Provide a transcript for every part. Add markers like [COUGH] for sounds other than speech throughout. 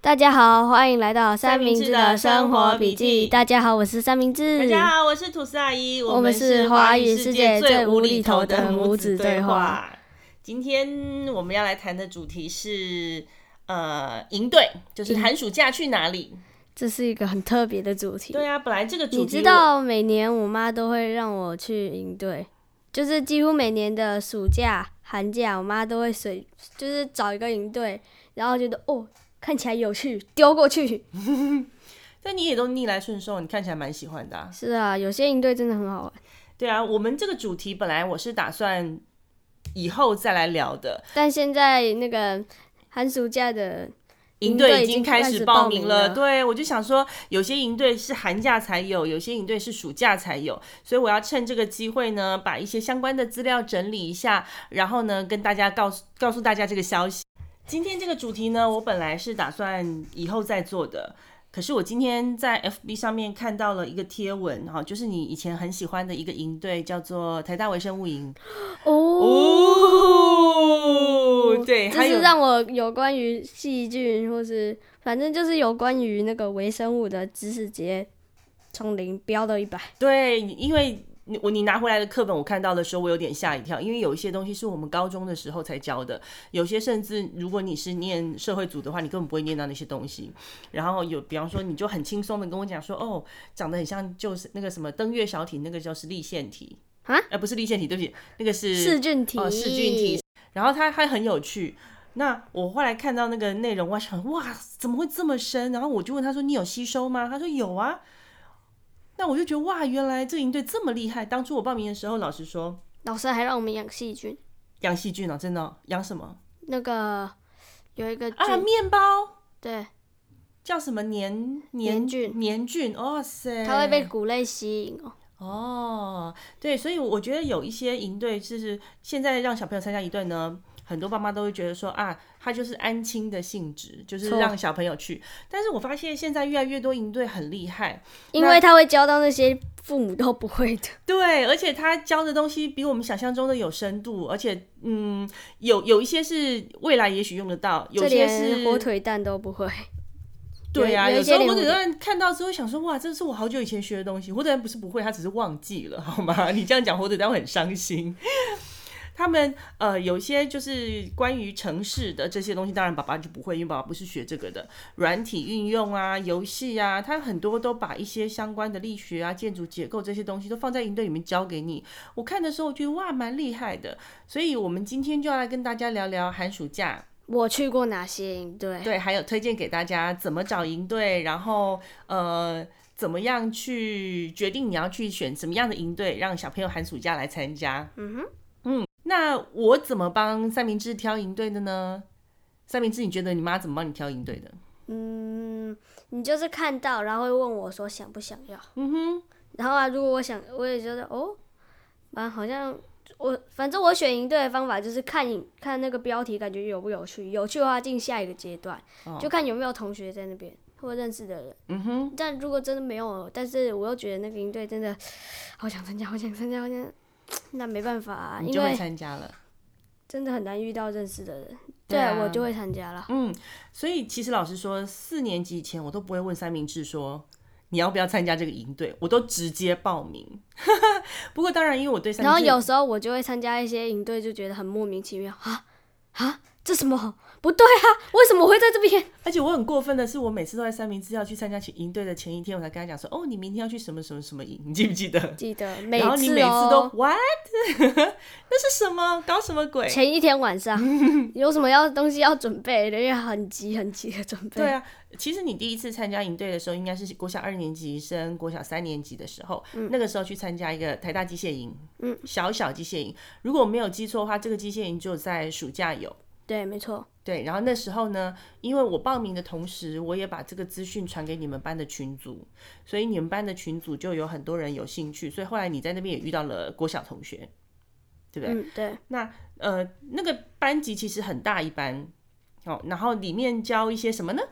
大家好，欢迎来到三明治的生活笔记大家好，我是三明治。大家好，我是吐司阿姨，我们们是华华语世世界最最无无厘厘头头的母母子子对对话话。今天我们要来谈的主题是呃营队，就是寒暑假去哪里？这是一个很特别的主题。对啊，本来这个主题你知道，每年我妈都会让我去营队，就是几乎每年的暑假、寒假，我妈都会随就是找一个营队，然后觉得哦看起来有趣，丢过去。 [LAUGHS] 我，但你也都逆来顺受，你看起来蛮喜欢的、啊。是啊，有些营队真的很好玩，对啊，我们这个主题本来我是打算以后再来聊的，但现在那个寒暑假的营营队队已已经经开开始始报报名名了，了对我就想说，有些营队是寒假才有，有些营队是暑假才有，所以我要趁这个机会呢，把一些相关的资料整理一下，然后呢，跟大家告诉告诉大家这个消息。今天这个主题呢，我本来是打算以后再做的，可是我今天在 FB 上面看到了一个贴文，哈，就是你以前很喜欢的一个营队，叫做台大微生物营。哦，对，就还有是让我有关于细菌，或是反正就是有关于那个微生物的知识，直接从零飙到一百。对，你因为你我你拿回来的课本，我看到的时候，我有点吓一跳，因为有一些东西是我们高中的时候才教的，有些甚至如果你是念社会组的话，你根本不会念到那些东西。然后有，比方说，你就很轻松的跟我讲说，哦，长得很像就是那个什么登月小艇，那个就是立腺体啊，呃，不是立腺体，对不起，那个是噬菌体，哦，噬菌体。然后它还很有趣。那我后来看到那个内容，我还想哇，怎么会这么深？然后我就问他说：“你有吸收吗？”他说：“有啊。”那我就觉得哇，原来这个营队这么厉害。当初我报名的时候，老师说老师还让我们养细菌，养细菌哦，真的哦养、什么那个有一个菌，啊？面包对，叫什么黏黏菌？黏菌？哇塞，它会被谷类吸引哦。哦，对，所以我觉得有一些营队，就是现在让小朋友参加营队呢，很多爸妈都会觉得说啊，它就是安亲的性质，就是错让小朋友去。但是我发现现在越来越多营队很厉害，因为它会教到那些父母都不会的。对，而且他教的东西比我们想象中的有深度，而且嗯，有有一些是未来也许用得到，有就些连是火腿蛋都不会。对呀、有有有一时候些火连腿蛋看到之后想说，哇，这是我好久以前学的东西。火腿蛋不是不会，他只是忘记了，好吗？ [LAUGHS] 你这样讲火腿蛋会很伤心。他们呃，有些就是关于城市的这些东西，当然爸爸就不会，因为爸爸不是学这个的。软体运用啊、游戏啊，他很多都把一些相关的力学啊、建筑结构这些东西都放在营队里面教给你。我看的时候，我觉得哇，蛮厉害的。所以我们今天就要来跟大家聊聊寒暑假我去过哪些营队？对，还有推荐给大家怎么找营队，然后呃，怎么样去决定你要去选什么样的营队，让小朋友寒暑假来参加。嗯哼，嗯，那我怎么帮三明治挑营队的呢？三明治，你觉得你妈怎么帮你挑营队的？嗯，你就是看到，然后会问我说想不想要。嗯哼。然后啊，如果我想，我也觉得哦，啊，好像我反正我选营队的方法就是看影看那个标题，感觉有不有趣，有趣的话进下一个阶段，哦就看有没有同学在那边或认识的人。嗯哼。但如果真的没有，但是我又觉得那个营队真的好想参加，好想参加，好想， [SNIFFS] 那没办法、啊，你因就会为参加了。真的很难遇到认识的人。对啊我就会参加了。嗯，所以其实老实说，四年级以前我都不会问三明治说你要不要参加这个营队，我都直接报名。 [LAUGHS] 不过当然，因为我对三然后明治有时候我就会参加一些营队，就觉得很莫名其妙啊啊，这什么不对啊？为什么我会在这边？ [LAUGHS] 而且我很过分的是，我每次都在三明治要去参加营队的前一天，我才跟他讲说，哦，你明天要去什么什么什么营，你记不记得？记得 [LAUGHS] 每然后你次每次都哦， what？那 [LAUGHS] 是什么？搞什么鬼？前一天晚上 [LAUGHS] 有什么要东西要准备的，因为很急很急的准备。对啊，其实你第一次参加营队的时候，应该是国小二年级升国小三年级的时候，嗯那个时候去参加一个台大机械营，嗯，小小机械营。如果我没有记错的话，这个机械营只有在暑假有。对，没错，对，然后那时候呢，因为我报名的同时，我也把这个资讯传给你们班的群组，所以你们班的群组就有很多人有兴趣，所以后来你在那边也遇到了国小同学，对不对？嗯，对，呃，那个班级其实很大一班，哦，然后里面教一些什么呢？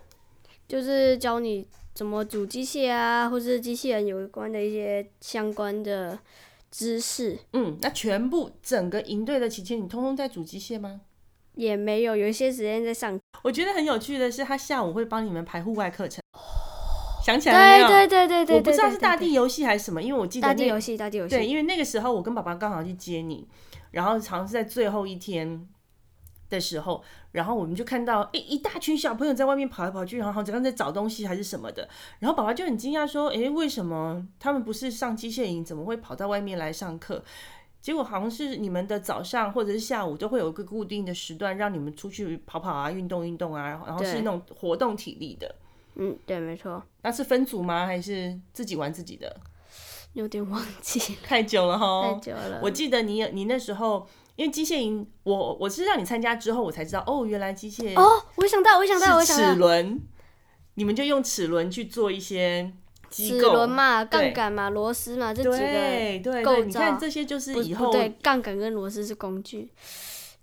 就是教你怎么组机械啊，或是机器人有关的一些相关的知识。嗯，那全部整个营队的期间，你通通在组机械吗？也没有，有一些时间在上。我觉得很有趣的是，他下午会帮你们排户外课程。想起来对啊了没有？对对对对，我不知道对是大对地游戏还是什么，因为我记对得大地那游戏，大地游戏。对，因为那个时候我跟爸爸刚好去接你，然后好像是在最后一天的时候，然后我们就看到一一大群小朋友在外面跑来跑去，然后好像在找东西还是什么的，然后爸爸就很惊讶说：“诶，为什么他们不是上机械营，怎么会跑到外面来上课？”结果好像是你们的早上或者是下午都会有一个固定的时段，让你们出去跑跑啊、运动运动啊，然后然后是对那种活动体力的。嗯，对，没错，那是分组吗？还是自己玩自己的？有点忘记太久了哈，太久了。哦我记得你有你那时候，因为机械营，我我是让你参加之后，我才知道哦，原来机械哦，我想到，我想到，我是想齿到，轮，你们就用齿轮去做一些机齿构轮嘛，对杠杆嘛，螺丝嘛，这几个对对构对，你造看这些就是不以不后对，杠杆跟螺丝是工具，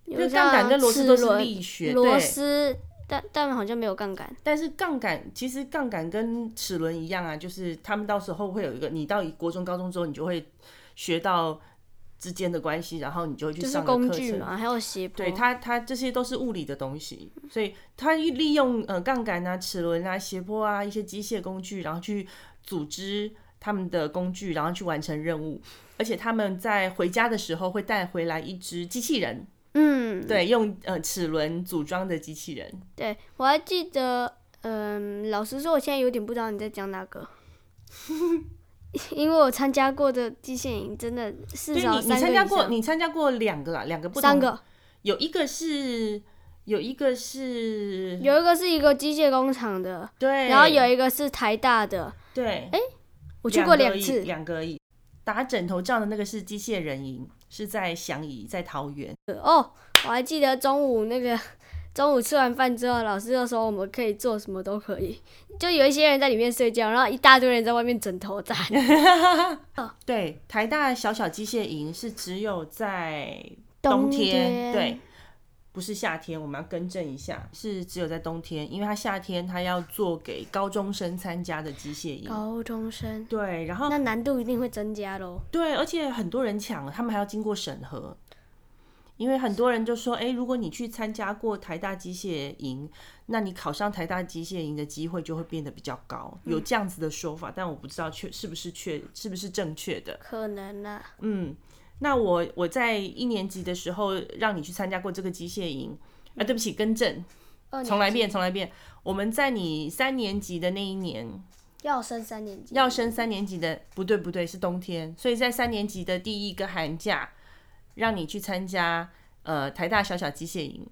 有就像杠杆跟螺丝都齿是轮力学，螺对。丝，但但好像没有杠杆。但是杠杆其实杠杆跟齿轮一样啊，就是他们到时候会有一个，你到国中、高中之后，你就会学到之间的关系，然后你就会去就是上个工课具程。嘛，还有斜坡。对它，它这些都是物理的东西，所以它利用呃杠杆啊、齿轮啊、斜坡啊一些机械工具，然后去组织他们的工具，然后去完成任务。而且他们在回家的时候会带回来一只机器人，嗯，对，用呃齿轮组装的机器人。对，我还记得，嗯，老实说，我现在有点不知道你在讲哪个， [LAUGHS] 因为我参加过的机械营真的至对少你，你三个参以加过，上，你参加过两个啦，两个不同，三个，有一个是有一个是有一个是一个机械工厂的，对，然后有一个是台大的，对，我去过两两个而已次，两个而已。打枕头仗的那个是机械人营，是在祥仪，在桃园。哦，我还记得中午那个 [LAUGHS] 中午吃完饭之后，老师就说我们可以做什么都可以，就有一些人在里面睡觉，然后一大堆人在外面枕头 [LAUGHS] 战。对，台大小小机械营是只有在冬天，天对，不是夏天。我们要更正一下，是只有在冬天，因为它夏天它要做给高中生参加的机械营。高中生，对，然后那难度一定会增加喽。对，而且很多人抢，他们还要经过审核，因为很多人就说，诶，如果你去参加过台大机械营，那你考上台大机械营的机会就会变得比较高，嗯有这样子的说法，但我不知道确是不是确是不是正确的。可能啊啦、嗯，那我我在一年级的时候让你去参加过这个机械营，啊，对不起，更正，二重年来一遍，重来一遍，我们在你三年级的那一年，要升三年级，要升三年级的，不对不对，是冬天，所以在三年级的第一个寒假，让你去参加呃台大小小机械营。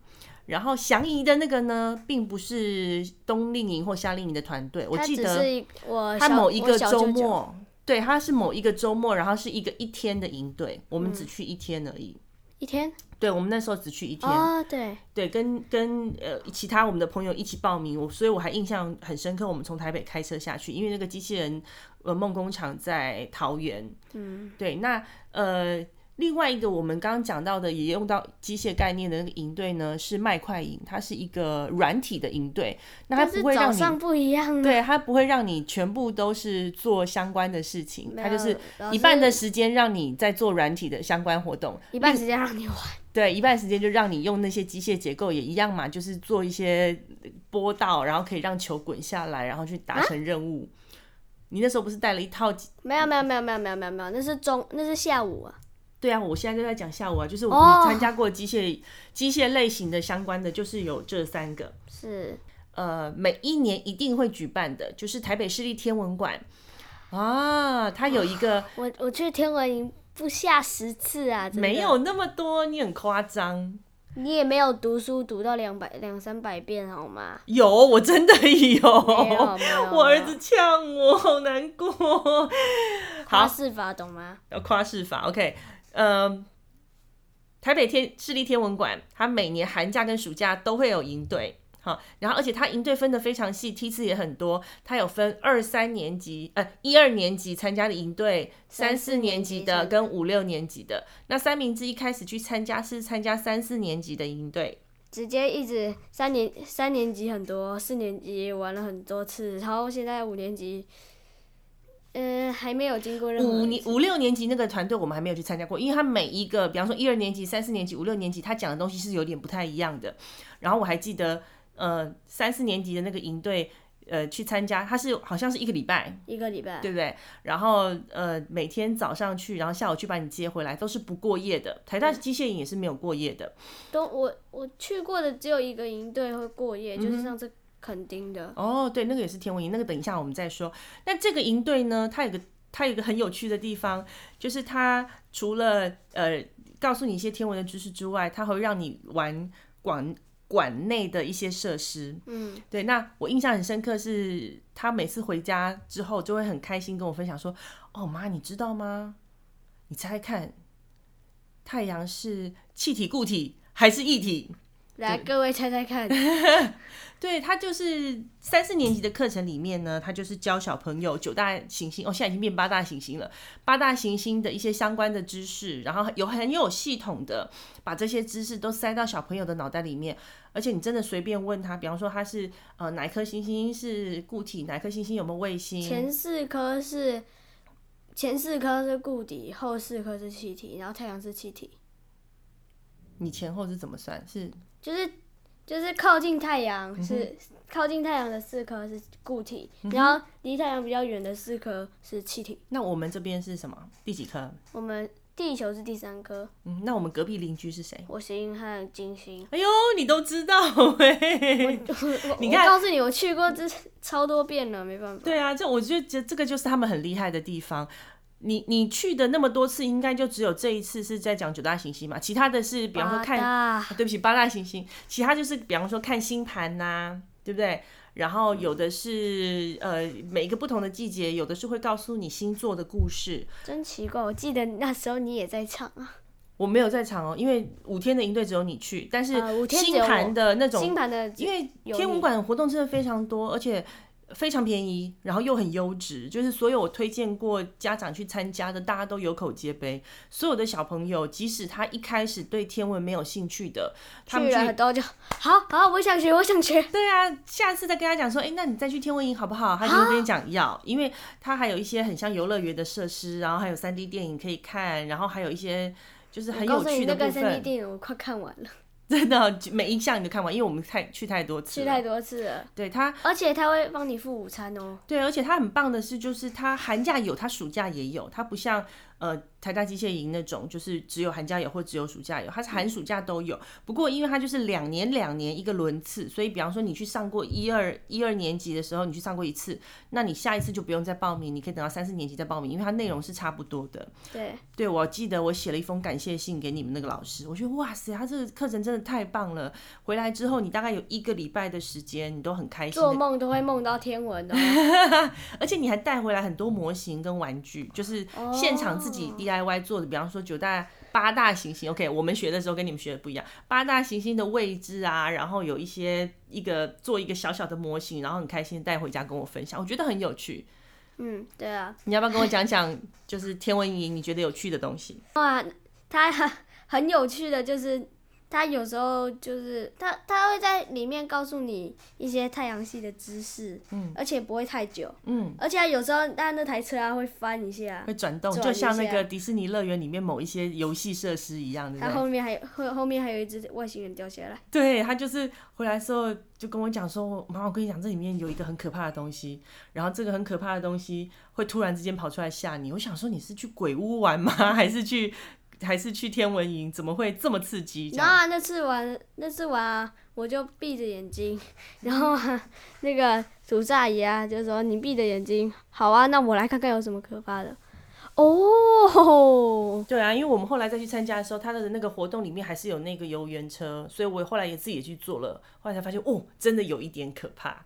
然后祥仪的那个呢，并不是冬令营或夏令营的团队，我他记只得是我他小某一我个小周舅舅末，对，他是某一个周末，然后是一个一天的营队，我们只嗯去一天而已。一天对，我们那时候只去一天，啊、哦，对，对，跟跟呃其他我们的朋友一起报名，我所以我还印象很深刻。我们从台北开车下去，因为那个机器人呃梦工厂在桃园。嗯，对，那呃另外一个我们刚刚讲到的也用到机械概念的那个营队呢，是麦块营，它是一个软体的营队，那它但是不会让早你。上不一样啊，对，它不会让你全部都是做相关的事情，没它就是有老一半的师时间让你在做软体的相关活动，一半时间让你玩，对，一半时间就让你用那些机械结构也一样嘛，就是做一些波道，然后可以让球滚下来，然后去啊达成任务。你那时候不是带了一套机？没有没有没有没有没有没有没有，那是中那是下午啊，对啊，我现在就在讲下午啊，就是我哦你参加过机械机械类型的相关的，就是有这三个。是呃，每一年一定会举办的，就是台北市立天文馆啊，它有一个我我去天文营不下十次啊，真的没，有那么多，你很夸张。你也没有读书读到两百两三百遍好吗？有，我真的 [LAUGHS] 没有。有没有，哦我儿没子有呛我，好难过。夸好世法懂吗？要夸饰法，OK，嗯，台北天市立天文馆，它每年寒假跟暑假都会有营队，好，然后而且它营队分的非常细，梯次也很多，它有分二三年级，呃，一二年级参加的营队，三三四四年年级级的是跟五六年级的。那三明治一开始去参加是参加三四年级的营队，直接一直三年三年级很多，四年级玩了很多次，然后现在五年级呃，还没有经过任何五年五六年级那个团队我们还没有去参加过，因为他每一个，比方说一二年级、三四年级、五六年级，他讲的东西是有点不太一样的。然后我还记得，呃，三四年级的那个营队，呃，去参加，他是好像是一个礼拜，一个礼拜，对不对？然后呃，每天早上去，然后下午去把你接回来，都是不过夜的。台大机械营也是没有过夜的。都我我去过的只有一个营队会过夜，嗯就是上次垦丁的，哦，对，那个也是天文营，那个等一下我们再说。那这个营队呢，它有个它有一个很有趣的地方，就是它除了呃告诉你一些天文的知识之外，它还会让你玩馆馆内的一些设施。嗯，对，那我印象很深刻是，他每次回家之后就会很开心跟我分享说：“哦，妈，你知道吗？你猜猜看，太阳是气体、固体还是液体？”来各位猜猜看，对他就是三四年级的课程里面呢，他就是教小朋友九大行星哦，现在已经变八大行星了，八大行星的一些相关的知识，然后有很有系统的把这些知识都塞到小朋友的脑袋里面，而且你真的随便问他，比方说他是呃哪一颗行星是固体，哪一颗行星有没有卫星，前四颗是前四颗是固体，后四颗是气体，然后太阳是气体，你前后是怎么算？是就是就是靠近太阳是、嗯靠近太阳的四颗是固体，然后离太阳比较远的四颗是气体。那我们这边是什么？第几颗？我们地球是第三颗，嗯，那我们隔壁邻居是谁？火星和金星。哎呦，你都知道嘿嘿嘿我我 [LAUGHS] 你我看告诉你，我去过这超多遍了，没办法。对啊，这我觉得这这个就是他们很厉害的地方。你你去的那么多次，应该就只有这一次是在讲九大行星嘛，其他的是比方说八看，大啊对不起，八大行星，其他就是比方说看星盘呐、对不对？然后有的是呃每一个不同的季节，有的是会告诉你星座的故事。真奇怪，我记得那时候你也在唱啊。我没有在场哦，因为五天的营队只有你去，但是啊五天只星有我盘的那种星盘的，因为有天文你馆的活动真的非常多，而且非常便宜，然后又很优质，就是所有我推荐过家长去参加的，大家都有口皆碑。所有的小朋友，即使他一开始对天文没有兴趣的，他们去了很去。多就好好，我想学，我想学。对啊，下次再跟他讲说，哎、那你再去天文营好不好？他就会啊跟你讲要，因为他还有一些很像游乐园的设施，然后还有三 D 电影可以看，然后还有一些就是我很告有诉你，趣那的个部三 D 分。电影我快看完了，真的，每一项你都看完，因为我们太去太多次去了。太多次了，对他而且他会帮你付午餐哦。对，而且它很棒的是，就是它寒假有，它暑假也有，它不像呃台大机械营那种，就是只有寒假有或只有暑假有，它是寒暑假都有。不过因为它就是两年两年一个轮次，所以比方说你去上过一二一二年级的时候，你去上过一次，那你下一次就不用再报名，你可以等到三四年级再报名，因为它内容是差不多的。对，对，我记得我写了一封感谢信给你们那个老师，我觉得哇塞，他这个课程真的太棒了。回来之后，你大概有一个礼拜的时间，你都很开心做的梦都会梦到天文哦。 [LAUGHS] 而且你还带回来很多模型跟玩具，就是现场自己哦 DIY 做的，比方说九大、八大行星。OK，我们学的时候跟你们学的不一样，八大行星的位置啊，然后有一些一个做一个小小的模型，然后很开心地带回家跟我分享，我觉得很有趣。嗯，对啊，你要不要跟我讲讲，就是天文营你觉得有趣的东 [LAUGHS] 西？哇，他很很有趣的就是。他有时候就是他，他会在里面告诉你一些太阳系的知识，嗯而且不会太久，嗯，而且有时候那那台车啊会翻一下，会转动，转就一像那下个迪士尼乐园里面某一些游戏设施一样，对不它对？后面还有后后面还有一只外星人掉下来， [LAUGHS] 对他就是回来的时候就跟我讲说，妈妈，我跟你讲，这里面有一个很可怕的东西，然后这个很可怕的东西会突然之间跑出来吓你。我想说你是去鬼屋玩吗？ [LAUGHS] 还是去还是去天文营？怎么会这么刺激？这然后、样啊、那次玩那次玩啊，我就闭着眼睛， [LAUGHS] 然后、啊、那个土炸爷啊就说你闭着眼睛，好啊，那我来看看有什么可怕的。哦，对啊，因为我们后来再去参加的时候，他的那个活动里面还是有那个游园车，所以我后来也自己也去做了，后来才发现哦，真的有一点可怕。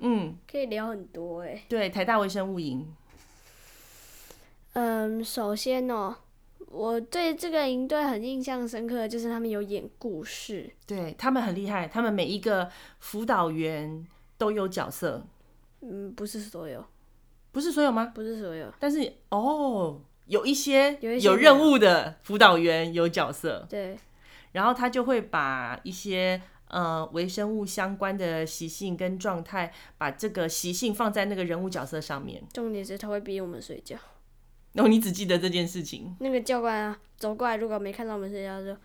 嗯，可以聊很多哎、对，台大微生物营，嗯，首先哦，我对这个营队很印象深刻，就是他们有演故事，对他们很厉害，他们每一个辅导员都有角色，嗯，不是所有，不是所有吗？不是所有，但是哦，有一些有一些有任务的辅导员有角色，对，然后他就会把一些呃微生物相关的习性跟状态，把这个习性放在那个人物角色上面。重点是他会逼我们睡觉。然后你只记得这件事情，那个教官啊，走过来，如果没看到我们睡觉，就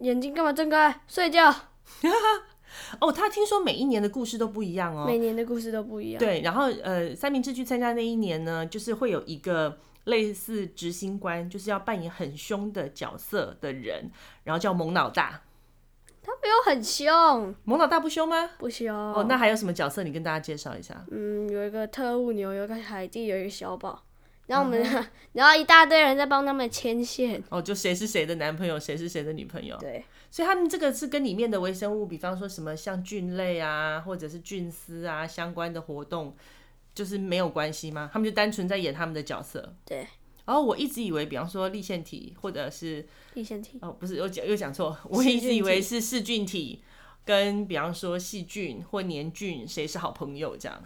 眼睛干嘛睁开睡觉？哦，他听说每一年的故事都不一样哦。每年的故事都不一样。对，然后呃，三明治去参加那一年呢，就是会有一个类似执行官，就是要扮演很凶的角色的人，然后叫蒙老大。他没有很凶，蒙老大不凶吗？不凶。哦，那还有什么角色？你跟大家介绍一下。嗯，有一个特务牛，有一个海蒂，有一个小宝。然后我嗯们， [LAUGHS] 然后一大堆人在帮他们牵线。哦，就谁是谁的男朋友，谁是谁的女朋友。对，所以他们这个是跟里面的微生物，比方说什么像菌类啊，或者是菌丝啊相关的活动，就是没有关系吗？他们就单纯在演他们的角色。对。然后我一直以为，比方说立腺体，或者是立腺体。哦，不是，又讲又讲错，我细一直菌以为体是噬菌体，跟比方说细菌或黏菌，谁是好朋友这样，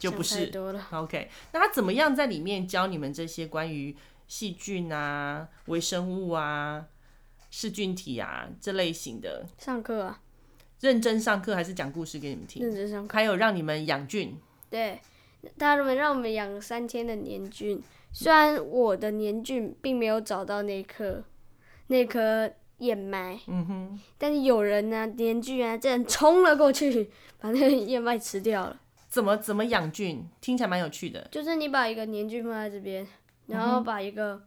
就想不太是。多了。 OK，那他怎么样在里面教你们这些关于细菌啊、微生物啊、噬菌体啊这类型的？上课啊，认真上课还是讲故事给你们听？认真上课。还有让你们养菌，对，他们让我们养三天的年菌，虽然我的年菌并没有找到那颗那颗掩埋，嗯哼，但是有人呢、年菌啊，竟然冲了过去，把那个燕麦吃掉了。怎么怎么养菌，听起来蛮有趣的。就是你把一个年菌放在这边，然后把一个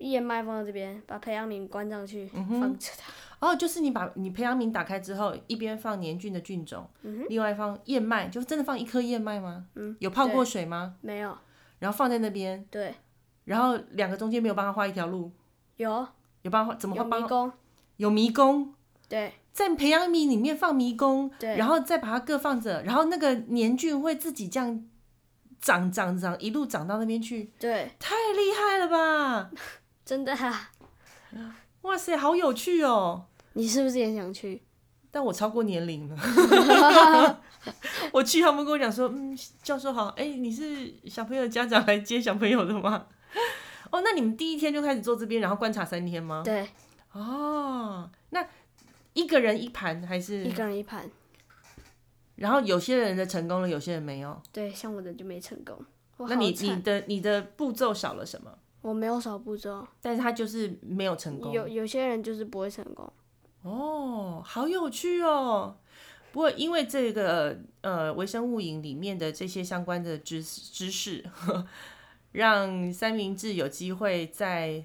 燕麦放在这边，把培养皿关上去，放着它。哦，就是你把你培养皿打开之后，一边放年菌的菌种，嗯另外放燕麦，就真的放一颗燕麦吗？嗯，有泡过水吗？没有，然后放在那边，对，然后两个中间没有帮他画一条路，有有帮他画怎么画有帮迷他？宫，有迷宫，对在培养皿里面放迷宫，对然后再把它各放着，然后那个年菌会自己这样长长长，一路长到那边去，对，太厉害了吧！真的啊！哇塞，好有趣哦！你是不是也想去？但我超过年龄了， [LAUGHS] [LAUGHS] 我去他们跟我讲说，嗯，教授好，哎、你是小朋友的家长来接小朋友的吗？ [LAUGHS] 哦，那你们第一天就开始做这边，然后观察三天吗？对，哦，那一个人一盘还是一？个人一盘。然后有些人的成功了，有些人没有。对，像我的就没成功。我那你好惨你的你的步骤少了什么？我没有少步骤，但是他就是没有成功。有有些人就是不会成功。哦，好有趣哦！不过因为这个呃微生物营里面的这些相关的知知识， [LAUGHS] 让三明治有机会在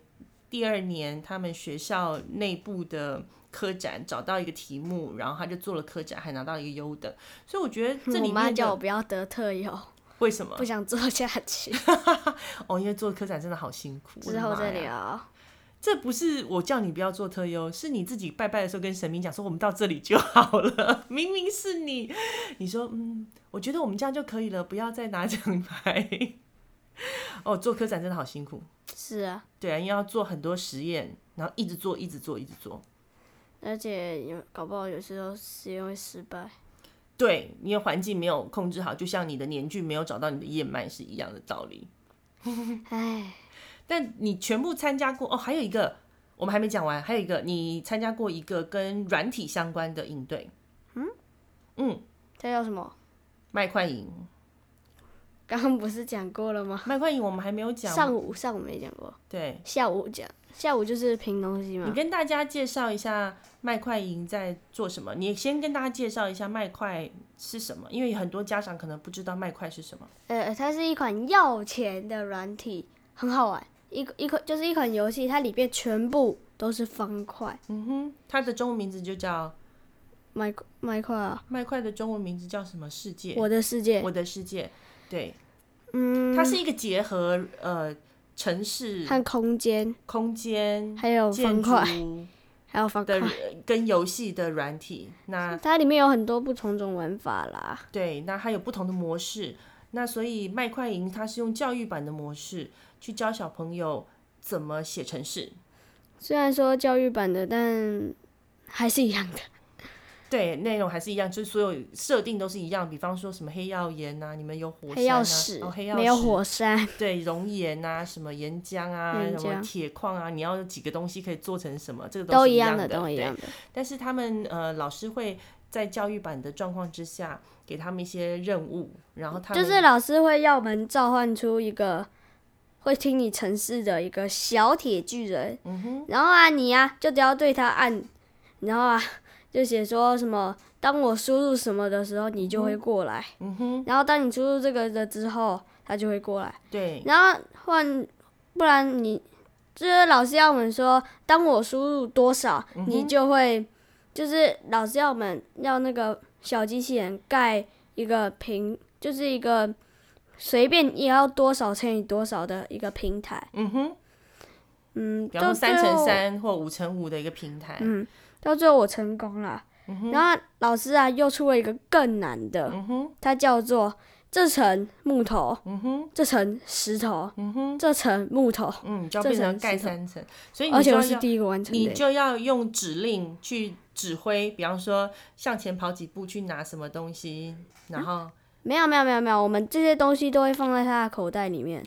第二年他们学校内部的科展找到一个题目，然后他就做了科展，还拿到一个优等。所以我觉得这我里妈面叫我的不要得特优，为什么不想做下去。哦，因为做科展真的好辛苦。 [LAUGHS] 我之的后妈再呀聊。这不是我叫你不要做特优，是你自己拜拜的时候跟神明讲说我们到这里就好了。 [LAUGHS] 明明是你，你说嗯，我觉得我们这样就可以了，不要再拿奖牌。哦，做科展真的好辛苦，是啊，对啊，因为要做很多实验，然后一直做，一直做，一直做。而且有搞不好有时候实验会失败。对，因为环境没有控制好，就像你的年菌没有找到你的燕麦是一样的道理。唉，但你全部参加过哦，还有一个我们还没讲完，还有一个你参加过一个跟软体相关的应对，这叫什么？ [LAUGHS] 麦块营。刚刚不是讲过了吗？麦块营我们还没有讲，上午上午没讲过，对下午讲。下午就是拼东西你嘛。跟大家介绍一下麦块营在做什么。你先跟大家介绍一下麦块是什么，因为很多家长可能不知道麦块是什么。呃，它是一款要钱的软体，很好玩。一一款就是一款游戏，它里面全部都是方块，嗯哼，它的中文名字就叫麦麦块啊。麦块的中文名字叫什么？世界，我的世界，我的世界。对，嗯，它是一个结合呃城市、和空间，空间、还有方建块，筑还有方的块，跟游戏的软体。那它里面有很多不同种玩法啦。对，那它有不同的模式。那所以麦块营它是用教育版的模式去教小朋友怎么写程式。虽然说教育版的，但还是一样的。对，内容还是一样，就是所有设定都是一样。比方说什么黑曜岩啊，你们有火山、啊、黑曜石、哦、黑曜没有石火山，对熔岩啊，什么岩浆啊，岩什么浆铁矿啊，你要有几个东西可以做成什么，这个都是一样的，都一对样的。但是他们呃，老师会在教育版的状况之下，给他们一些任务，然后他们就是老师会要我们召唤出一个会听你程式的一个小铁巨人，嗯然后啊你呀、就只要对他按，然后啊就写说什么，当我输入什么的时候，你嗯就会过来，然后当你输入这个的之后，他就会过来，对然后换不然你就是老师要我们说，当我输入多少，嗯你就会就是老师要我们要那个小机器人盖一个平，就是一个随便也要多少乘以多少的一个平台。嗯哼，嗯，比到方说三最乘后三或五乘五的一个平台，嗯，到最后我成功了。嗯然后老师啊，又出了一个更难的，它叫做这层木头，嗯这层石头，这层木头，嗯，就要这变层成盖石头三层，所以而你且就我要是第一个完成你的。就要用指令去指挥，比方说向前跑几步去拿什么东西，嗯然后、没有没有没有没有，我们这些东西都会放在他的口袋里面，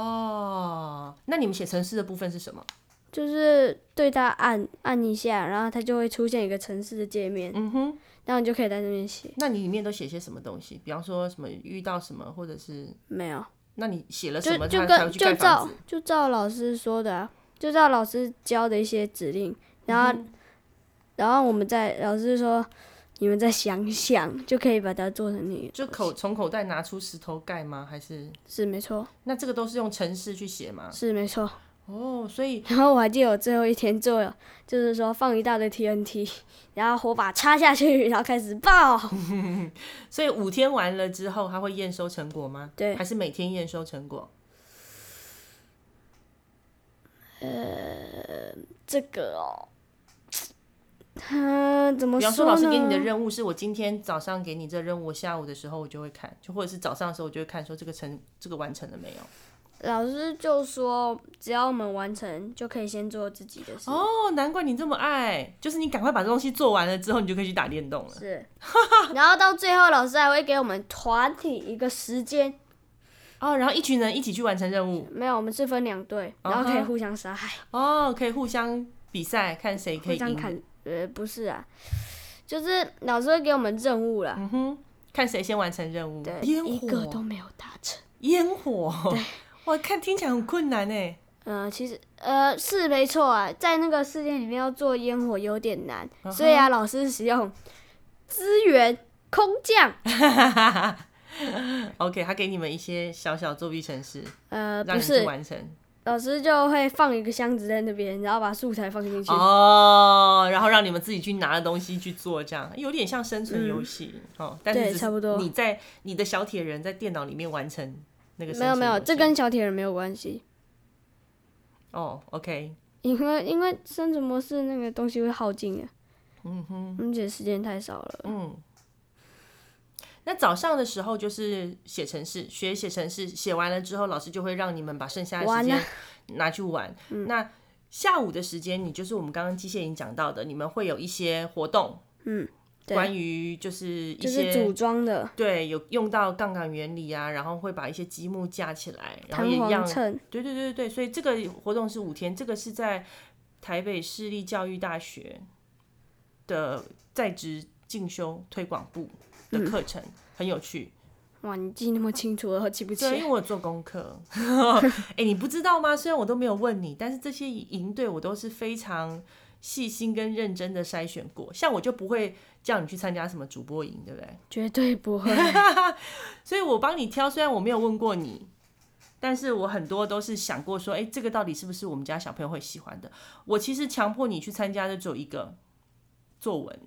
哦，那你们写程式的部分是什么？就是对他按按一下，然后它就会出现一个城市的界面，嗯哼，然后你就可以在那边写。那你里面都写些什么东西？比方说什么遇到什么，或者是没有，那你写了呃什就么就他才跟会去盖就照房子？就照老师说的、啊，就照老师教的一些指令，然后、然后我们再老师说你们再想想，就可以把它做成那个就口从口袋拿出石头盖吗？还是是没错，那这个都是用程式去写吗？是没错。哦，所以然后我还记得我最后一天做了，就是说放一大堆 TNT，然 [LAUGHS] 后火把插下去，然后开始爆。所以五天完了之后，他会验收成果吗？对还是每天验收成果？这个哦，他怎么比方说，说老呢？师给你的任务是我今天早上给你这任务，我下午的时候我就会看，就或者是早上的时候我就会看，说这个成这个完成了没有？老师就说，只要我们完成，就可以先做自己的事。哦，难怪你这么爱，就是你赶快把这东西做完了之后，你就可以去打电动了。是， [LAUGHS] 然后到最后，老师还会给我们团体一个时间，哦，然后一群人一起去完成任务，没有，我们是分两队，然后可以嗯哼互相杀害，哦，可以互相比赛，看谁可互以相赢，砍。呃，不是啊，就是老师会给我们任务啦，看谁先完成任务。对，嗯烟一个都火，没有达成。烟火， [LAUGHS] 哇，看听起来很困难哎。呃，其实呃是没错啊，在那个世界里面要做烟火有点难嗯所以啊，老师使用资源空降， [LAUGHS] OK，他给你们一些小小作弊程式，呃，让不你去是，完成。老师就会放一个箱子在那边，然后把素材放进去。哦，然后让你们自己去拿的东西去做，这样有点像生存游戏、哦。但是嗯对只是差不多你在你的小铁人在电脑里面完成那个生没有存没游有，戏这跟小铁人没有关系，哦，OK，因为因为生存模式那个东西会耗尽啊。嗯哼，而且时间太少了。嗯。那早上的时候就是写程式，学写程式，写完了之后，老师就会让你们把剩下的时玩间啊拿 [LAUGHS] 去玩。嗯那下午的时间，你就是我们刚刚机械营讲到的，你们会有一些活动，嗯，对，关于就是一就些是组装的对，有用到杠杆原理啊，然后会把一些积木架起来，然后弹也一簧样，秤，对对对对，所以这个活动是五天，这个是在台北市立教育大学的在职进修推广部的嗯课程，很有趣。哇，你记那么清楚，我记不起对，因来。为我有做功课。 [LAUGHS] 哎、你不知道吗？虽然我都没有问你，但是这些营队我都是非常细心跟认真的筛选过。像我就不会叫你去参加什么主播营，对不对？绝对不 [LAUGHS] 会。所以我帮你挑，虽然我没有问过你，但是我很多都是想过说，哎、这个到底是不是我们家小朋友会喜欢的？我其实强迫你去参加的只有一个作文，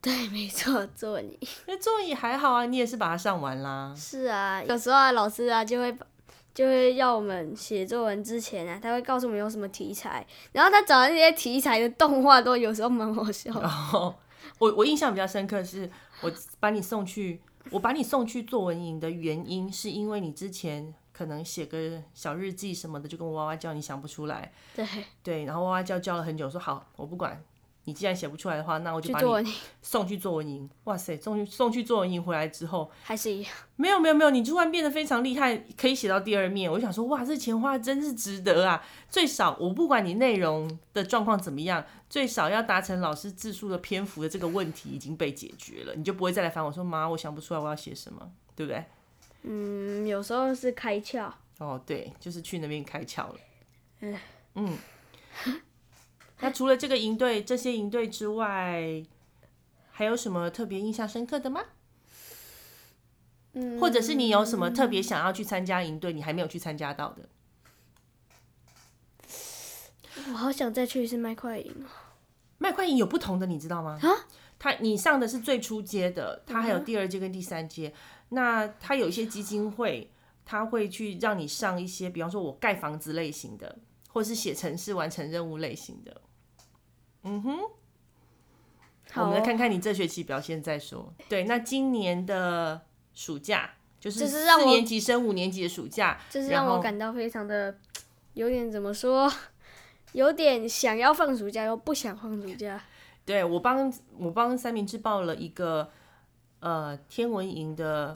对，没错，作文那作文也还好啊，你也是把它上完啦。是啊，有时候啊，老师啊就会把就会要我们写作文之前啊，他会告诉我们有什么题材，然后他找的那些题材的动画都有时候蛮好笑的。然后我我印象比较深刻是，我把你送去，我把你送去作文营的原因，是因为你之前可能写个小日记什么的，就跟我哇哇叫，你想不出来，对，对，然后哇哇叫叫了很久，说好，我不管，你既然写不出来的话，那我就去把作你文送去作文营。哇塞，送去送去作文营回来之后，还是一样，没有没有没有，你突然变得非常厉害，可以写到第二面。我就想说，哇，这钱花得真是值得啊！最少我不管你内容的状况怎么样，最少要达成老师字数的篇幅的这个问题已经被解决了，你就不会再来烦我说妈，我想不出来我要写什么，对不对？嗯，有时候是开窍，哦，对，就是去那边开窍了。嗯，那除了这个营队、这些营队之外，还有什么特别印象深刻的吗？嗯，或者是你有什么特别想要去参加营队，你还没有去参加到的？我好想再去一次麦块营哦，麦块营有不同的，你知道吗？啊，它你上的是最初阶的，它嗯还有第二阶跟第三阶。那它有一些基金会，它会去让你上一些，比方说我盖房子类型的，或是写城市完成任务类型的。我好哦、们来看看你这学期表现再说。对，那今年的暑假就是就是让四我年级升五年级的暑假，就是让然我后感到非常的有点怎么说，有点想要放暑假又不想放暑假。对我帮我帮三明治报了一个呃天文营的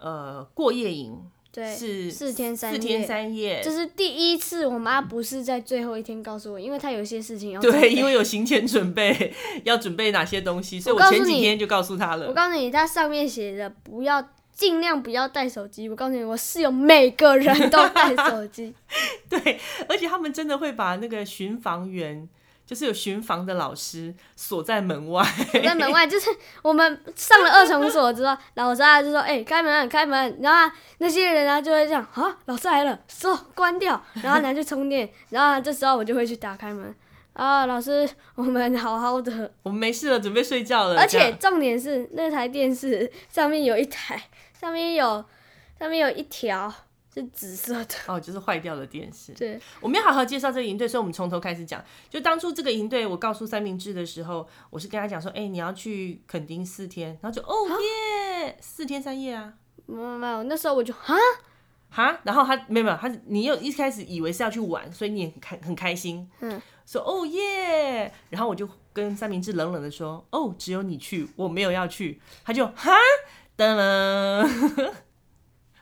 呃过夜营，对，是四天三四夜，天三夜。这是第一次我妈不是在最后一天告诉我，因为她有些事情要准对，备因为有行前准备， [LAUGHS] 要准备哪些东西，所以我告我诉前几你天就告诉他了我。告诉你，它上面写的不要尽量不要带手机。我告诉你，我室友每个人都带手机，对，而且他们真的会把那个巡防员，就是有巡防的老师锁在门外。 [LAUGHS] 我在门外就是我们上了二重锁之后，老师啊就说：“哎、开门，开门！”然后、啊、那些人啊就会这样啊，老师来了，说关掉，然后拿去充电，然后、啊、这时候我就会去打开门。啊，老师，我们好好 [LAUGHS] 的。我们没事了，准备睡觉了。而这样且重点是，那台电视上面有一台，上面有，上面有一条是紫色的。哦，就是坏掉的电视。对，我们要好好介绍这个营队，所以我们从头开始讲。就当初这个营队，我告诉三明治的时候，我是跟他讲说，哎、你要去垦丁四天，然后就哦耶，四天三夜啊，没有没有，那时候我就啊，哈。然后他没有没有，他你又一开始以为是要去玩，所以你也很开很开心，嗯，说哦耶。然后我就跟三明治冷冷的说，哦，只有你去，我没有要去。他就哈，噔噔， [LAUGHS]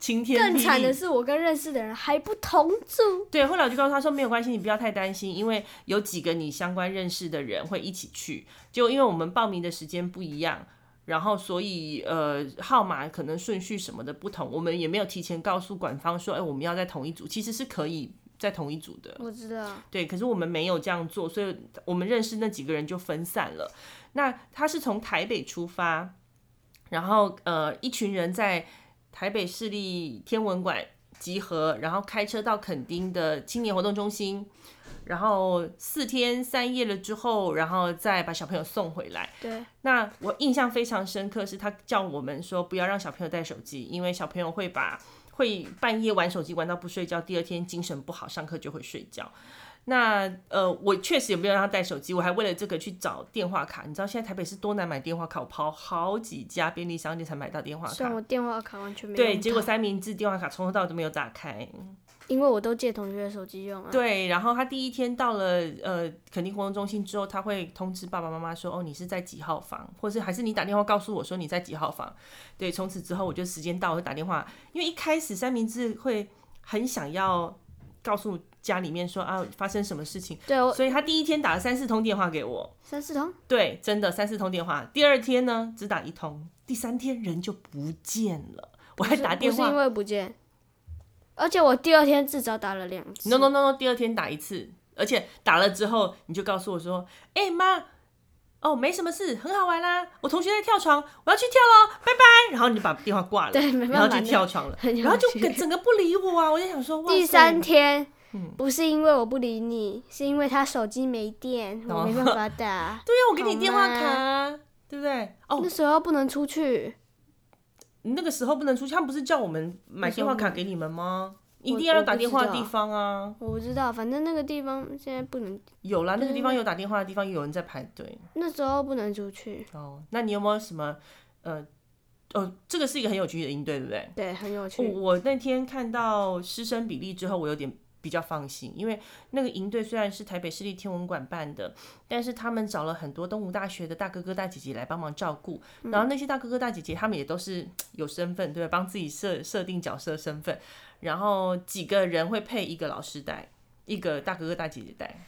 晴天更霹惨雳的是，我跟认识的人还不同住。对，后来我就告诉他说，没有关系，你不要太担心，因为有几个你相关认识的人会一起去。就因为我们报名的时间不一样，然后所以呃号码可能顺序什么的不同，我们也没有提前告诉管方说，哎、我们要在同一组，其实是可以在同一组的。我知道，对，可是我们没有这样做，所以我们认识那几个人就分散了。那他是从台北出发，然后呃，一群人在台北市立天文馆集合，然后开车到垦丁的青年活动中心，然后四天三夜了之后，然后再把小朋友送回来。对，那我印象非常深刻，是他叫我们说不要让小朋友带手机，因为小朋友会把会半夜玩手机玩到不睡觉，第二天精神不好，上课就会睡觉。那呃，我确实也没有让他带手机，我还为了这个去找电话卡。你知道现在台北是多难买电话卡，我跑好几家便利商店才买到电话虽然卡。我电话卡完全没对，用结果到三明治电话卡从头到尾都没有打开。因为我都借同学的手机用啊。对，然后他第一天到了呃垦丁活动中心之后，他会通知爸爸妈妈说，哦，你是在几号房，或是还是你打电话告诉我说你在几号房。对，从此之后我就时间到我就打电话，因为一开始三明治会很想要告诉家里面说啊发生什么事情，对，我所以他第一天打了三四通电话给我，三四通，对，真的三四通电话。第二天呢只打一通，第三天人就不见了，我还不是打不电是因话为不见，而且我第二天至少打了两次。 ，no no no no，第二天打一次，而且打了之后你就告诉我说，哎、妈。哦，没什么事，很好玩啦！我同学在跳床，我要去跳喽，拜拜。然后你就把电话挂了，对没然办后法就跳床了，很有然后就趣跟整个不理我啊！我就想说，哇第塞三天，不是因为我不理你，是因为他手机没电，我哦没办法打。 [LAUGHS] 对呀、我给你电话好吗卡啊，对不对？哦，那时候不能出去，那个时候不能出去，他们不是叫我们买电话卡给你们吗？一定要我有不打电话的知道地方啊，我不知道，反正那个地方现在不能，有啦，那个地方有打电话的地方，有人在排队那时候不能出去。哦。那你有没有什么呃哦，这个是一个很有趣的应对，对不对？对，很有趣。我我那天看到师生比例之后，我有点比较放心，因为那个营队虽然是台北市立天文馆办的，但是他们找了很多东吴大学的大哥哥大姐姐来帮忙照顾，嗯然后那些大哥哥大姐姐他们也都是有身份，对吧？帮自己设设定角色身份，然后几个人会配一个老师带，一个大哥哥大姐姐带，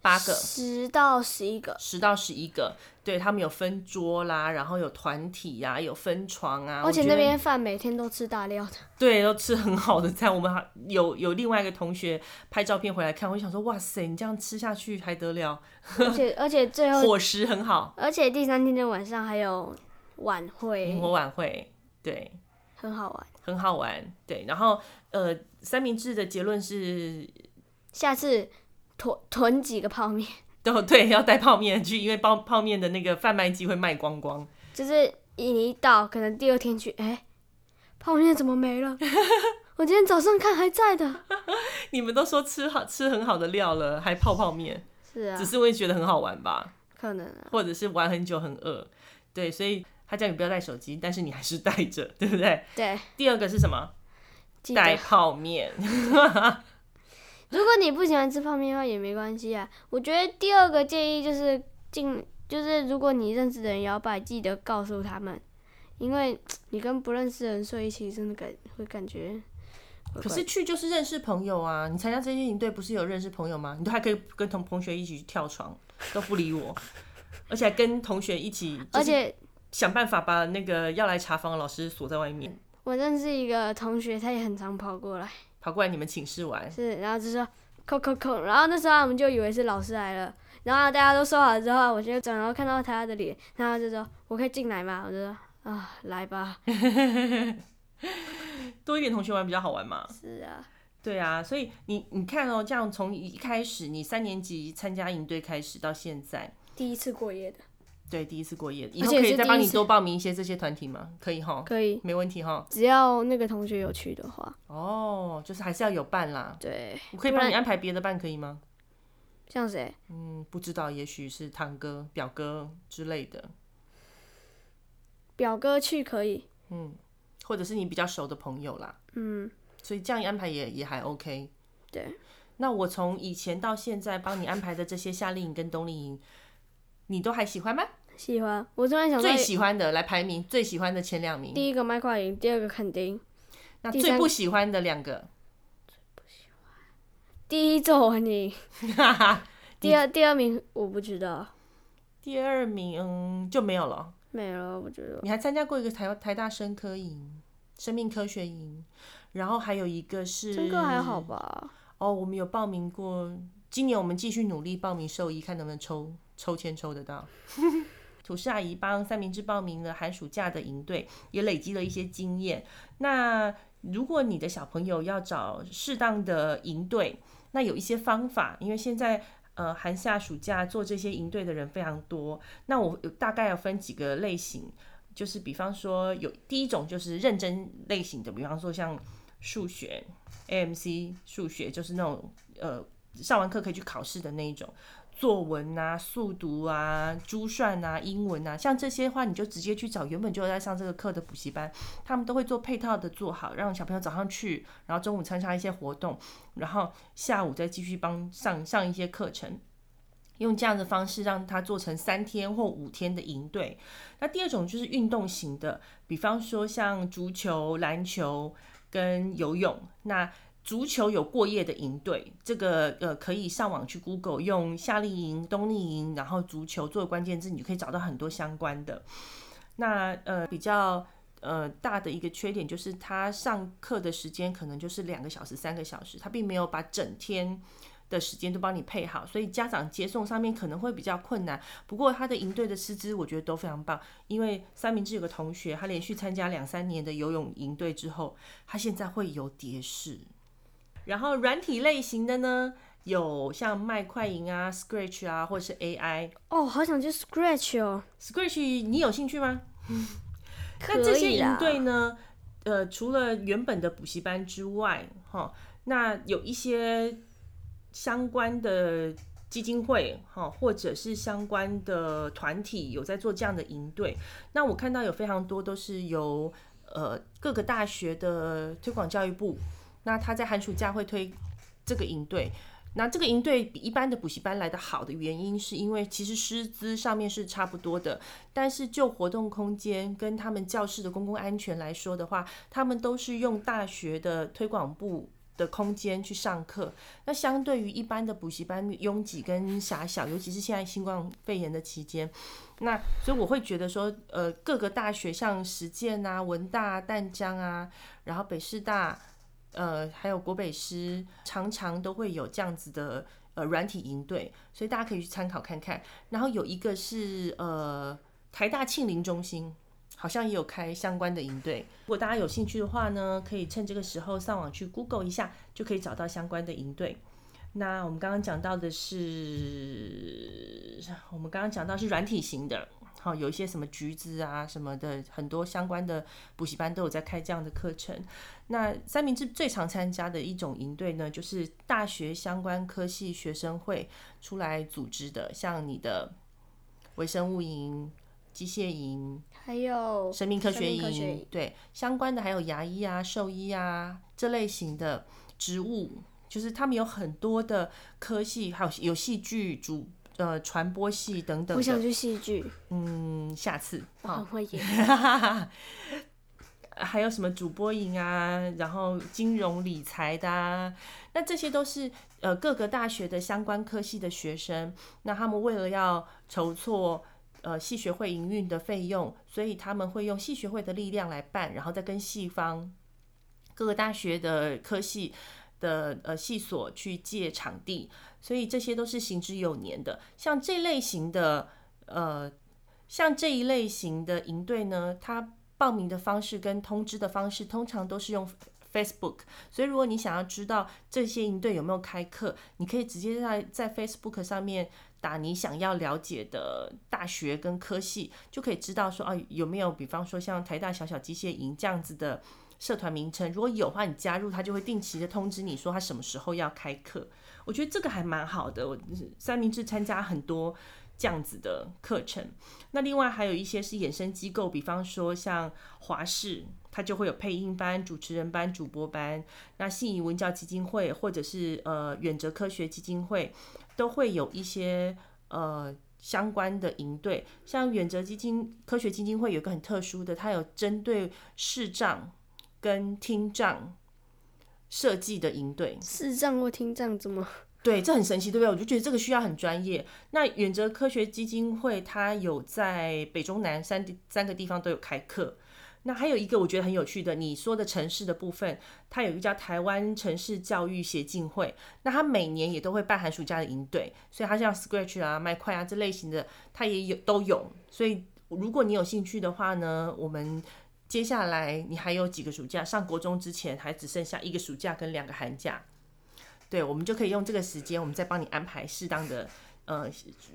八个。十到十一个。十到十一个，对他们有分桌啦，然后有团体呀、有分床啊，而且我觉那得边饭每天都吃大料 [LAUGHS] 的，对，都吃很好的餐。我们还有有另外一个同学拍照片回来看，我就想说，哇塞，你这样吃下去还得了？而且而且最后，伙食很好，而且第三天的晚上还有晚会萤，火嗯晚会，对，很好玩。很好玩，对。然后呃，三明治的结论是，下次囤囤几个泡面， [LAUGHS] 哦，对，要带泡面去，因为泡泡面的那个贩卖机会卖光光。就是你一到，可能第二天去，哎、泡面怎么没了？ [LAUGHS] 我今天早上看还在的。你们都说吃好吃很好的料了，还泡泡面，是啊只，是会觉得很好玩吧？可能啊，或者是玩很久很饿，对，所以他叫你不要带手机，但是你还是带着，对不对？对，第二个是什么？记带得。泡面，如果你不喜欢吃泡面的话也没关系啊。我觉得第二个建议就是尽，就是如果你认识的人摇摆，记得告诉他们，因为你跟不认识的人睡一起，真的感会感觉怪怪的。 [LAUGHS] 可是去就是认识朋友啊！你参加这些营队不是有认识朋友吗？你都还可以跟同同学一起去跳床，都不理 [LAUGHS] 我，而且还跟同学一起，而且想办法把那个要来查房的老师锁在外面，我认识一个同学，他也很常跑过来，跑过来你们寝室玩。是，然后就说扣扣扣，然后那时候我们就以为是老师来了，然后大家都说好之后，我就转头看到他的脸，然后就说我可以进来吗？我就说啊，来吧。多一点同学玩比较好玩嘛。是啊，对啊，所以你你看哦，这样从一开始你三年级参加营队开始到现在，第一次过夜的，对，第一次过夜，以而后且可以是再第帮一你次多报名一些这些团体吗？可以哈，可以，没问题哈。只要那个同学有去的话，哦，就是还是要有伴啦。对，我可以不帮你然安排别的伴，可以吗？像谁？嗯，不知道，也许是堂哥、表哥之类的，表哥去可以，或者是你比较熟的朋友啦。嗯，所以这样安排也也还 OK。对，那我从以前到现在帮你安排的这些夏令营跟冬令营，你都还喜欢吗？喜欢。我突然想到最喜欢的来排名，最喜欢的前两名，第一个麦块营，第二个肯丁，那第最三不喜欢的 [LAUGHS] 两个，第一作文营，哈哈。第二第二名我不知道，第二名嗯就没有了。没了，我觉得你还参加过一个台台大生科营、生命科学营，然后还有一个是真哥还好吧。哦，我们有报名过，今年我们继续努力报名兽医，看能不能抽抽签抽得到。 [LAUGHS] 土司阿姨帮三明治报名了寒暑假的营队，也累积了一些经验。那如果你的小朋友要找适当的营队，那有一些方法，因为现在呃寒夏暑假做这些营队的人非常多。那我有大概要分几个类型，就是比方说有第一种就是认真类型的，比方说像数学、AMC 数学就是那种呃上完课可以去考试的那一种，作文啊、速读啊、珠算啊、英文啊，像这些话你就直接去找原本就在上这个课的补习班，他们都会做配套的做好，让小朋友早上去，然后中午参加一些活动，然后下午再继续帮上上一些课程。用这样的方式让他做成三天或五天的营队。那第二种就是运动型的，比方说像足球、篮球跟游泳。那足球有过夜的营队，这个呃可以上网去 Google 用夏令营、冬令营，然后足球做关键字，你就可以找到很多相关的。那呃比较呃大的一个缺点就是他上课的时间可能就是两个小时、三个小时，他并没有把整天。的时间都帮你配好，所以家长接送上面可能会比较困难。不过他的营队的师资我觉得都非常棒，因为三明治有个同学，他连续参加两三年的游泳营队之后，他现在会游蝶式。然后软体类型的呢，有像麦快银啊、Scratch 啊，或者是 AI。哦，好想去 Scratch 哦， Scratch 你有兴趣吗？可那这些以营啦队呢，呃，除了原本的补习班之外，哈，那有一些相关的基金会，哈，或者是相关的团体有在做这样的营队。那我看到有非常多都是由呃各个大学的推广教育部，那他在寒暑假会推这个营队。那这个营队比一般的补习班来的好的原因，是因为其实师资上面是差不多的，但是就活动空间跟他们教室的公共安全来说的话，他们都是用大学的推广部的空间去上课。那相对于一般的补习班拥挤跟狭小，尤其是现在新冠肺炎的期间，那所以我会觉得说，呃，各个大学像实践啊、文大、淡江啊，然后北师大。呃，还有国北师常常都会有这样子的呃软体营队，所以大家可以去参考看看。然后有一个是呃台大庆林中心，好像也有开相关的营队。如果大家有兴趣的话呢，可以趁这个时候上网去 Google 一下，就可以找到相关的营队。那我们刚刚讲到的是，我们刚刚讲到是软体型的，好、有一些什么橘子啊什么的，很多相关的补习班都有在开这样的课程。那三明治最常参加的一种营队呢，就是大学相关科系学生会出来组织的，像你的微生物营、机械营、还有生命科哦生学命科学营，对相关的还有牙医啊、兽医啊这类型的植物，就是他们有很多的科系，还有有戏剧主呃传播系等等我想的。去戏剧，嗯，下次我很会演。 [LAUGHS] 还有什么主播营啊，然后金融理财的啊，那这些都是呃各个大学的相关科系的学生，那他们为了要筹措呃系学会营运的费用，所以他们会用系学会的力量来办，然后再跟系方各个大学的科系。的呃系所去借场地，所以这些都是行之有年的。像这类型的呃，像这一类型的营队呢，它报名的方式跟通知的方式，通常都是用 Facebook。所以，如果你想要知道这些营队有没有开课，你可以直接在在 Facebook 上面打你想要了解的大学跟科系，就可以知道说啊有没有，比方说像台大小小机械营这样子的社团名称。如果有的话，你加入它就会定期的通知你说它什么时候要开课。我觉得这个还蛮好的。我三明治参加很多这样子的课程。那另外还有一些是衍生机构，比方说像华视，它就会有配音班、主持人班、主播班。那信宜文教基金会或者是呃远哲科学基金会，都会有一些呃相关的营队。像远哲基金科学基金会有一个很特殊的，它有针对视障跟听障设计的营队。 [LAUGHS] 视障或听障怎么？对，这很神奇，对不对？我就觉得这个需要很专业。那远哲科学基金会，它有在北中南三地三个地方都有开课。那还有一个我觉得很有趣的，你说的城市的部分，它有一个叫台湾城市教育协进会，那它每年也都会办寒暑假的营队，所以它像 Scratch 啊、麦块啊这类型的，它也有都有。所以如果你有兴趣的话呢，我们接下来你还有几个暑假，上国中之前还只剩下一个暑假跟两个寒假，对，我们就可以用这个时间，我们再帮你安排适当的呃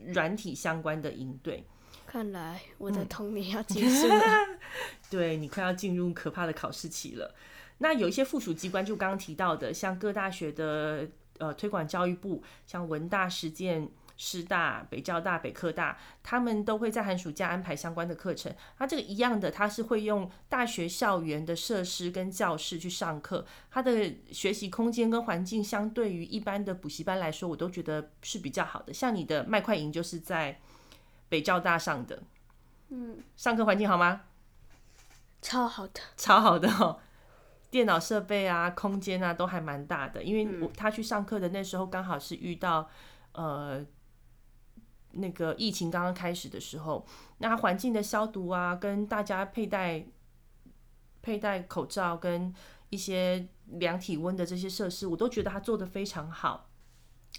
软体相关的营队。看来我嗯的童年要结束 [LAUGHS] 了。对你快要进入可怕的考试期了。那有一些附属机关，就刚刚提到的，像各大学的呃推广教育部，像文大、实践、师大、北交大、北科大，他们都会在寒暑假安排相关的课程。那这个一样的，它是会用大学校园的设施跟教室去上课，它的学习空间跟环境相对于一般的补习班来说，我都觉得是比较好的。像你的麦块营就是在北交大上的，嗯，上课环境好吗？超好的， [LAUGHS] 超好的哦，电脑设备啊、空间啊都还蛮大的。因为我他去上课的那时候刚好是遇到呃那个疫情刚刚开始的时候，那环境的消毒啊，跟大家佩戴佩戴口罩跟一些量体温的这些设施，我都觉得他做的非常好。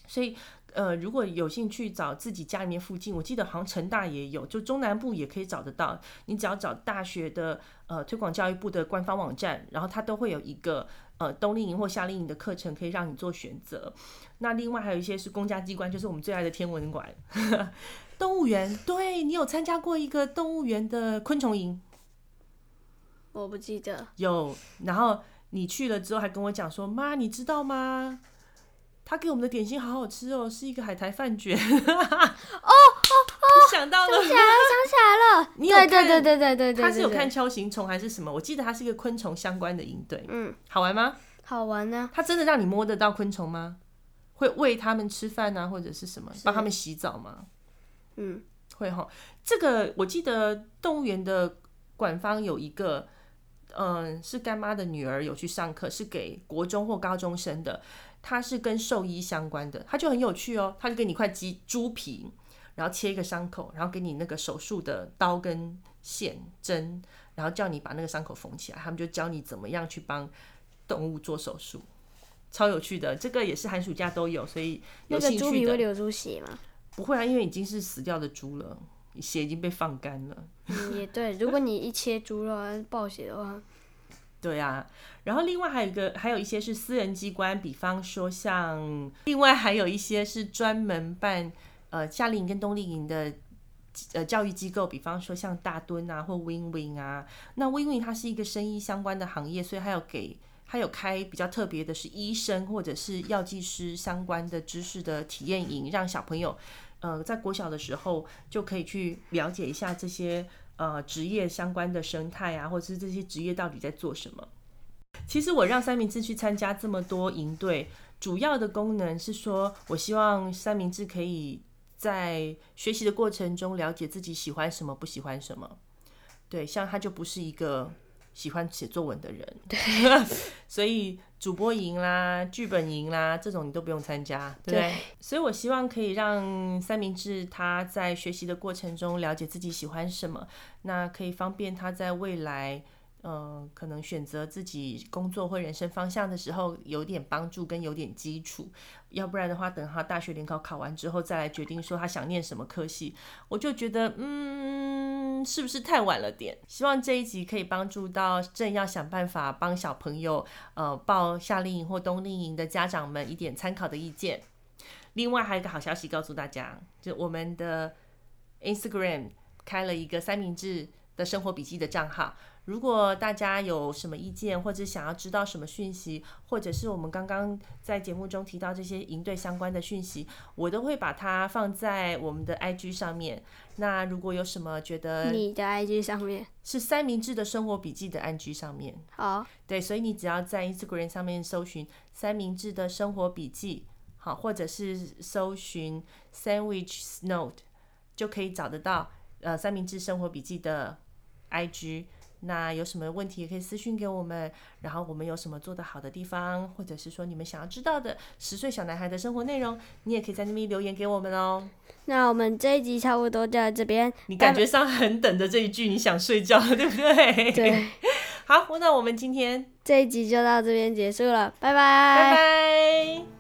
所以，呃，如果有兴趣找自己家里面附近，我记得好像成大也有，就中南部也可以找得到。你只要找大学的呃推广教育部的官方网站，然后它都会有一个呃冬令营或夏令营的课程可以让你做选择。那另外还有一些是公家机关，就是我们最爱的天文馆、 [LAUGHS] 动物园。对你有参加过一个动物园的昆虫营？我不记得。有，然后你去了之后还跟我讲说：“妈，你知道吗？他给我们的点心好好吃哦，是一个海苔饭卷。” [LAUGHS] 哦哦哦！想到了，想起来了，想起来了。 [LAUGHS] 你有看对对对对对对对，他是有对看，锹形虫还是什么？我记得它是一个昆虫相关的营队，嗯，好玩吗？好玩呢、它真的让你摸得到昆虫吗？会喂他们吃饭啊，或者是什么，帮他们洗澡吗？嗯，会哈。这个我记得动物园的管方有一个，嗯，是干妈的女儿有去上课，是给国中或高中生的，她是跟兽医相关的，她就很有趣哦，她就给你一块鸡猪皮，然后切一个伤口，然后给你那个手术的刀跟线针，然后叫你把那个伤口缝起来，他们就教你怎么样去帮动物做手术。超有趣的，这个也是寒暑假都有，所以有那个兴猪趣皮的会流出血吗？不会啊，因为已经是死掉的猪了，血已经 [LAUGHS] 被放干了。嗯也对，如果你一切猪肉啊暴血的 [LAUGHS] 话，对啊，然后另外还有一个，还有一些是私人机关，比方说像，另外还有一些是专门办呃夏令营跟冬令营的呃教育机构，比方说像大墩啊或 Win Win 啊，那 Win Win 它是一个生医相关的行业，所以它有给它有开比较特别的是医生或者是药剂师相关的知识的体验营，让小朋友呃在国小的时候就可以去了解一下这些呃职业相关的生态啊，或者是这些职业到底在做什么。其实我让三明治去参加这么多营队，主要的功能是说，我希望三明治可以在学习的过程中了解自己喜欢什么，不喜欢什么。对，像他就不是一个喜欢写作文的人，对， [LAUGHS] 所以主播营啦、剧本营啦这种你都不用参加，对不对？对所以我希望可以让三明治他在学习的过程中了解自己喜欢什么，那可以方便他在未来。呃，可能选择自己工作或人生方向的时候有点帮助跟有点基础，要不然的话，等他大学联考考完之后再来决定说他想念什么科系，我就觉得嗯，是不是太晚了点？希望这一集可以帮助到正要想办法帮小朋友呃报夏令营或冬令营的家长们一点参考的意见。另外还有一个好消息告诉大家，就我们的 Instagram 开了一个三明治的生活笔记的账号。如果大家有什么意见，或者想要知道什么讯息，或者是我们刚刚在节目中提到这些营队相关的讯息，我都会把它放在我们的 IG 上面。那如果有什么觉得你的 IG 上面是三明治的生活笔记的 IG 上面，好，对，所以你只要在 Instagram 上面搜寻“三明治的生活笔记”，好，或者是搜寻 “sandwich note”，就可以找得到呃三明治生活笔记的 IG。那有什么问题也可以私信给我们，然后我们有什么做得好的地方，或者是说你们想要知道的十岁小男孩的生活内容，你也可以在那边留言给我们哦。那我们这一集差不多就到这 [LAUGHS] 边，你感觉上很等着这一句，你想睡觉了，对不对？。 [LAUGHS] 对，好，那我们今天这一集就到这边结束了，拜拜拜。